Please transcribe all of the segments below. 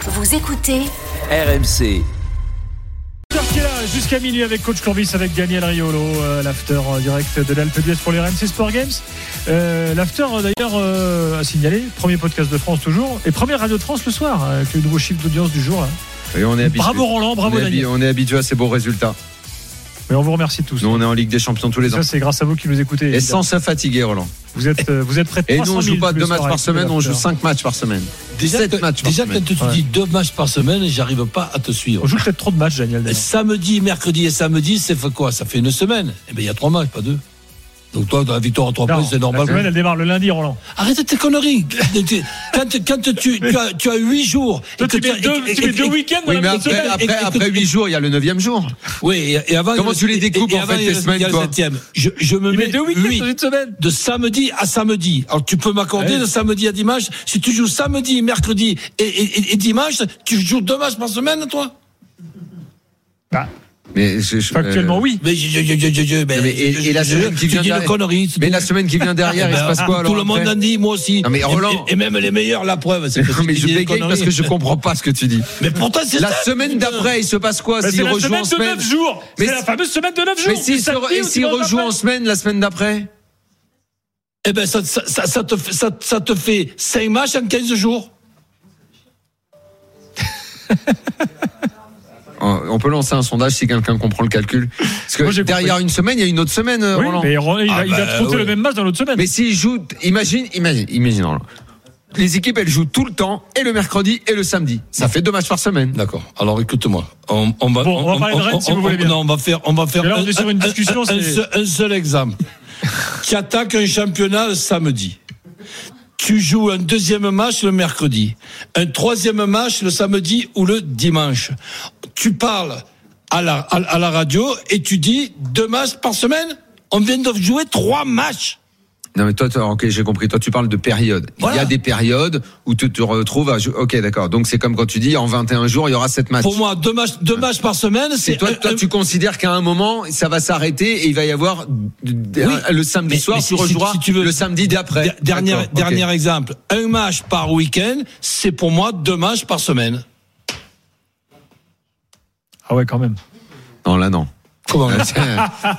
Vous écoutez RMC. Pierre qui est là jusqu'à minuit avec Coach Courbis, avec Daniel Riolo, euh, l'after en direct de l'Alpe d'Huez pour les RMC Sport Games. Euh, l'after euh, d'ailleurs euh, à signaler, premier podcast de France toujours, et première radio de France le soir, euh, avec le nouveau chiffre d'audience du jour. là. Et on est habitué. Bravo Roland, on, bravo est habi- Daniel. on est habitué à ces beaux résultats. Mais on vous remercie tous. Nous, on est en Ligue des Champions tous les ans. ça c'est grâce à vous qui nous écoutez. Et évidemment. sans se fatiguer, Roland. Vous êtes, euh, vous êtes près de Et 300 nous, on 000 joue pas tous les deux matchs soirs par avec semaine, on joue l'after. cinq matchs par semaine. Déjà, Sept que- matchs par déjà semaine. Oh, quand tu dis deux matchs par semaine, j'arrive pas à te On suivre. joue peut-être trop de matchs, Daniel. d'ailleurs. Samedi, mercredi et samedi, c'est fait quoi Ça fait une semaine. Eh bien, il y a trois matchs, pas deux. Donc toi, dans la victoire en trois Non, points, c'est la semaine, normal. elle démarre le lundi, Roland. Arrête tes conneries. quand tu- quand tu, tu as, tu as huit jours. et Toi, que tu mets as- deux, et- tu mets et- deux week-ends dans Oui, la mais même après, semaine. après, après huit jours, il y a le neuvième jour. Oui, et, et avant. Comment tu les découpes, et- et en avant, fait, il y a tes le- semaines, il y a le toi 7e. Je, je me Tu mets mets deux hein, week-ends huit dans une semaine. de samedi à samedi. Alors tu peux m'accorder Ouais. de samedi à dimanche. Si tu joues samedi, mercredi et, et- et- et dimanche, tu joues deux matchs par semaine, toi Mais je- je- Factuellement, euh, oui. Mais je- je- je- je- je- mais mais et- je- et la je- semaine qui tu vient dis une derrière- connerie. c'est Mais tout. la semaine qui vient derrière, Ah il se bah, passe quoi alors Tout le monde après en dit, moi aussi. Non, mais Et- Roland- et, et même les meilleurs la preuve. c'est que Non, tu mais dis je des bégaye conneries. parce que je comprends pas ce que tu dis. Mais pourtant, c'est La ça, semaine putain. d'après, il se passe quoi Bah, c'est s'il la rejoue semaine en de semaine 9 jours. C'est Mais la c'est- fameuse semaine de 9 jours. Mais s'il Du se samedi re- et au s'il dimanche rejoue en après. semaine, la semaine d'après Eh ben, ça, ça, ça- ça te, fait- ça, ça te fait 5 matchs en 15 jours. Oh, On peut lancer un sondage si quelqu'un comprend le calcul. Parce Moi, que j'ai derrière une semaine, il y a une autre semaine, euh, Oui, Roland. mais Roland, il, a- Ah il a bah, trotté oui. le même match dans l'autre semaine. Mais s'ils jouent, imagine, imagine, imagine, Roland. Les équipes, elles jouent tout le temps, et le mercredi, et le samedi. Ça fait deux matchs par semaine. D'accord. Alors écoute-moi. On, va, Bon, on va parler de Rennes, si vous voulez bien. non, on va faire, on va faire Mais là, on est sur une discussion, un- un c'est- seul, un seul exemple. qui attaque un championnat le samedi. Tu joues un deuxième match le mercredi, un troisième match le samedi ou le dimanche. Tu parles à la, à, à la radio et tu dis deux matchs par semaine. On vient de jouer trois matchs. Non, mais toi, toi, ok, j'ai compris. Toi, tu parles de période. Il y Voilà. a des périodes où tu te retrouves à jouer. Ok, d'accord. Donc, c'est comme quand tu dis, en 21 jours, il y aura sept matchs. Pour moi, deux matchs, deux matchs par semaine, Et c'est toi, un- toi, un- tu considères qu'à un moment, ça va s'arrêter et il va y avoir d- Oui. un- le samedi Mais- soir, mais tu si- si- rejoueras si tu veux- le samedi d'après. Der- Dernier, D'accord, ok. dernier exemple. Un match par week-end, c'est pour moi deux matchs par semaine. Ah ouais, quand même. Non, là, non. Comment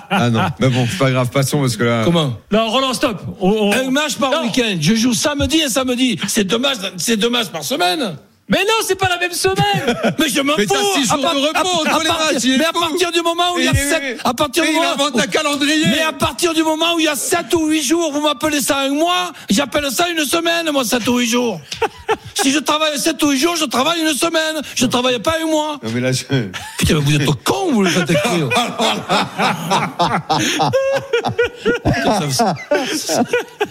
ah non. Mais bon, c'est pas grave. Passons parce que là. Comment Non, Roland, stop. On- on- Un match par Non. week-end. Je joue samedi et samedi. C'est deux matchs, c'est deux matchs par semaine. Mais non, c'est pas la même semaine. Mais je m'en Mais t'as fous. six jours À part- de repos à- entre à les partir- matchs, il est Mais à fou. partir du moment où il y a Et- et- sept, à partir et du il moment invente un calendrier. Mais à partir du moment où il y a sept ou huit jours, vous m'appelez ça un mois. J'appelle ça une semaine, moi sept ou huit jours. si je travaille sept ou huit jours, je travaille une semaine. Je travaille pas un mois. Non, mais là, je... Putain, mais vous êtes con, vous le faites écrire. Oh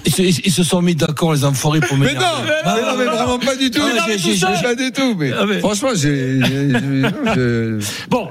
ils, se, ils se sont mis d'accord, les enfoirés, pour Mais m'énerver. non, mais Ah non, mais vraiment pas du tout. Ah, mais Pas j'ai- j'ai- du tout, mais Ah, mais- franchement, j'ai, j'ai- j'ai- non, je- Bon,